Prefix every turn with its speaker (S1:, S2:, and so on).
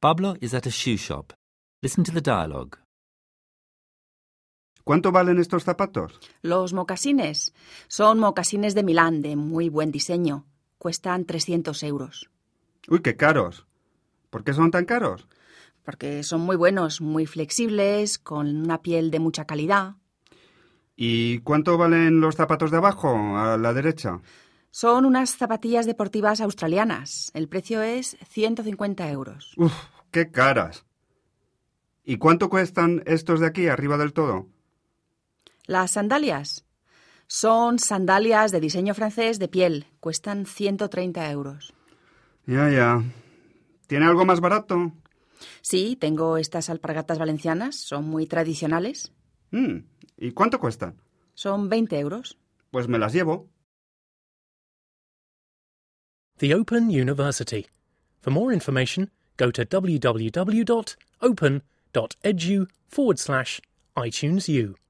S1: Pablo is at a shoe shop. Listen to the dialogue.
S2: ¿Cuánto valen estos zapatos?
S3: Los mocasines. Son mocasines de Milán, de muy buen diseño. Cuestan 300 euros.
S2: Uy, qué caros. ¿Por qué son tan caros?
S3: Porque son muy buenos, muy flexibles, con una piel de mucha calidad.
S2: ¿Y cuánto valen los zapatos de abajo, a la derecha?
S3: Son unas zapatillas deportivas australianas. El precio es 150 euros.
S2: Uf, qué caras. ¿Y cuánto cuestan estos de aquí, arriba del todo?
S3: Las sandalias. Son sandalias de diseño francés de piel. Cuestan 130 euros.
S2: Ya, ya. ¿Tiene algo más barato?
S3: Sí, tengo estas alpargatas valencianas. Son muy tradicionales.
S2: Mm, ¿Y cuánto cuestan?
S3: Son 20 euros.
S2: Pues me las llevo.
S4: The Open University. For more information, go to www.open.edu forward slash iTunes U.